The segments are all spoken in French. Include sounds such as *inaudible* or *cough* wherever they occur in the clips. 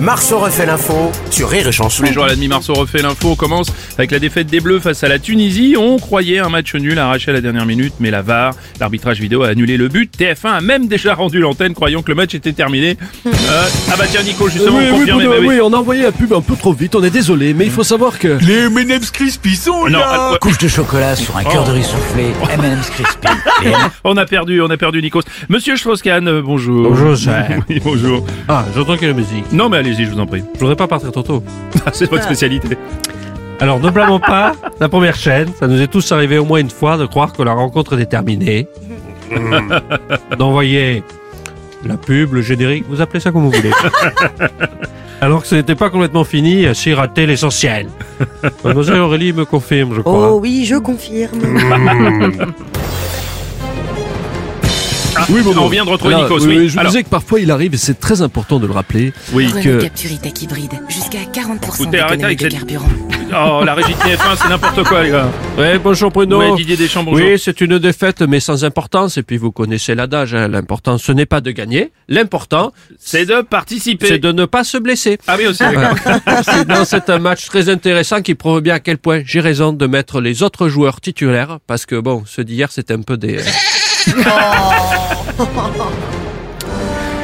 Marceau refait l'info sur Rire et Chanson. Tous les jours à la demi-mars, on refait l'info. On commence avec la défaite des Bleus face à la Tunisie. On croyait un match nul arraché à la dernière minute, mais la VAR, l'arbitrage vidéo, a annulé le but. TF1 a même déjà rendu l'antenne, croyant que le match était terminé. Euh, ah bah tiens, Nico, justement, Oui, oui, confirmez, Bruno, bah oui. oui, on a envoyé la pub un peu trop vite, on est désolé, mais il faut savoir que... Les M&M's Crispy sont Non, là ah, ouais, Couche de chocolat sur un cœur de riz soufflé, M&M's *laughs* crispy. Les M&M's. on a perdu, on a perdu Nikos. Monsieur Strauss-Kahn, euh, bonjour. *laughs* Bonjour, Jean. Oui, bonjour. Ah, j'entends qu'il y a la musique. Non mais allez-y, je vous en prie. *laughs* Je voudrais pas partir trop tôt. C'est votre spécialité. Alors, ne *laughs* blâmons pas la première chaîne. Ça nous est tous arrivé au moins une fois de croire que la rencontre *laughs* était terminée. D'envoyer la pub, le générique, vous appelez ça comme *laughs* vous voulez. Alors que ce n'était pas complètement fini, j'ai *laughs* raté l'essentiel. Mademoiselle Aurélie me confirme, je crois. Oh oui, je confirme. oui, bon, on vient de retrouver Voilà, Nikos, oui, oui. oui, je vous Alors, disais que parfois il arrive, et c'est très important de le rappeler, oui. que- Renault Capturite à hybride, jusqu'à 40% Écoutez, arrêtez d'économie avec de cette- carburant. Oh, la régie de TF1, c'est n'importe quoi, les gars. Ouais, bonjour Bruno. Ouais, Didier Deschamps, bonjour. Oui, c'est une défaite, mais sans importance. Et puis vous connaissez l'adage, hein, l'important, ce n'est pas de gagner. L'important, C'est de participer. c'est de ne pas se blesser. *laughs* Ah oui, aussi. d'accord. C'est- non, c'est un match très intéressant qui prouve bien à quel point j'ai raison de mettre les autres joueurs titulaires parce que bon, ceux d'hier c'était un peu des. euh, *laughs*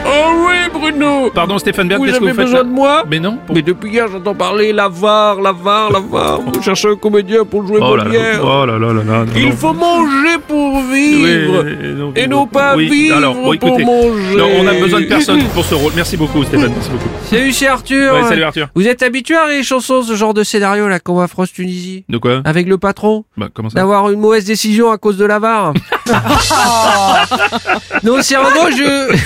oh oui, Bruno. Pardon, Stéphane Bern, Vous qu'est-ce que avez vous faites besoin là de moi Mais non. Mais depuis hier j'entends parler l'avare, l'avare, l'avare. Vous cherchez un comédien pour jouer Oh là là, Molière. oh là là là là. non, Il non. faut manger pour vivre. Oui, non, Et oui, non pas oui, vivre alors, bon, pour écoutez, manger. Non, on a besoin *laughs* de personne pour ce rôle. Merci beaucoup, Stéphane. Merci beaucoup. Salut, c'est Arthur. Ouais, salut Arthur. Vous êtes habitué à les chansons, ce genre de scénario là qu'on voit France-Tunisie De quoi Avec le patron Ah. Bah, comment ça D'avoir une mauvaise décision à cause de *laughs* la VAR Non, sérieusement, je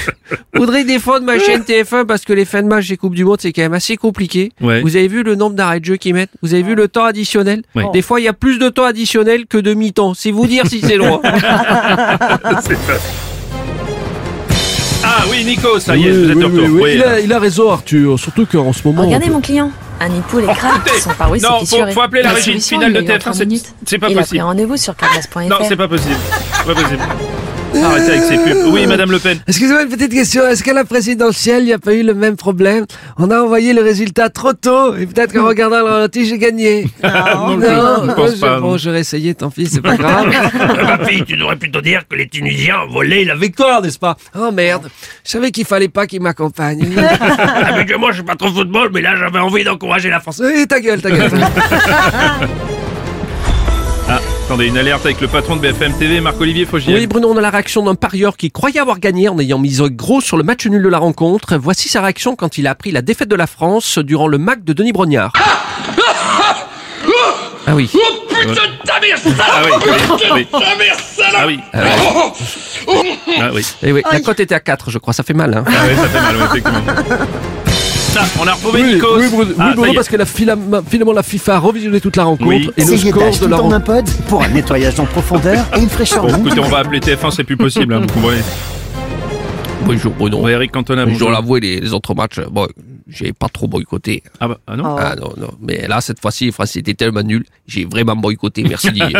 voudrais défendre ma chaîne TF1 parce que les fins de match des Coupes du Monde, c'est quand même assez compliqué. Ouais. Vous avez vu le nombre d'arrêts de jeu qu'ils mettent Vous avez vu le temps additionnel Ouais. Des fois, il y a plus de temps additionnel que de mi-temps. C'est vous dire si *laughs* c'est loin. Ah oui, Nico, ça y est, Oui, vous êtes oui, de oui, retour. oui. Oui, Il, a, il a raison, Arthur. Surtout qu'en ce moment. on Regardez peut- mon client. Un épaule et crabe Écoutez, qui sont paroués, c'est non, faut- fissuré. faut appeler la régie solution, finale il de est en TF1, 30 c'est- minutes. c'est pas Il possible. a pris rendez-vous sur carglass.fr. Non, c'est pas possible. C'est pas *laughs* possible. Arrêtez avec ces pubs. Oui, Madame Le Pen. Excusez-moi une petite question. Est-ce qu'à la présidentielle, il n'y a pas eu le même problème On a envoyé le résultat trop tôt et peut-être Hmm. qu'en regardant le ralenti, j'ai gagné. Ah Ah, *laughs* Non, je ne pense je- pas. Bon, j'aurais essayé, tant pis, *laughs* c'est pas grave. Euh, Tu devrais plutôt dire que les Tunisiens volent. la victoire, n'est-ce pas Oh merde, je savais qu'il fallait pas qu'il m'accompagne. *laughs* Avec Ah, moi, je suis pas trop football, mais là, j'avais envie d'encourager la France. Oui, ta gueule, ta gueule. *laughs* Ah, attendez, une alerte avec le patron de BFM TV, Marc-Olivier Fogiel. Oui, Bruno, on a la réaction d'un parieur qui croyait avoir gagné en ayant mis gros sur le match nul de la rencontre. Voici sa réaction quand il a appris la défaite de la France durant le MAC de Denis Brognard. Ah oui. Ah oui, oui, oui. Ah oui. Ah oui. Eh oui, la cote était à 4, je crois, ça fait mal. Hein. Ah oui, ça fait mal, ouais, effectivement. Ça, on a retrouvé Oui, Nikos. oui, Bruno, Ah, oui, ça Bruno, y est. parce que la filama- finalement la FIFA a revisionné toute la rencontre Oui. et le Essayez score d'acheter de la ton rencontre. iPod pour un nettoyage en profondeur et une fraîcheur Bon, écoutez, longue. on va appeler TF1, c'est plus possible, hein, vous comprenez. Bonjour Bruno. Bon, Eric Cantona, Je dois bonjour. l'avouer, les, les autres matchs, bon, j'ai pas trop boycotté. Ah, bah, ah non Ah non, non. Mais là, cette fois-ci, les Français étaient tellement nuls, j'ai vraiment boycotté. Merci Didier.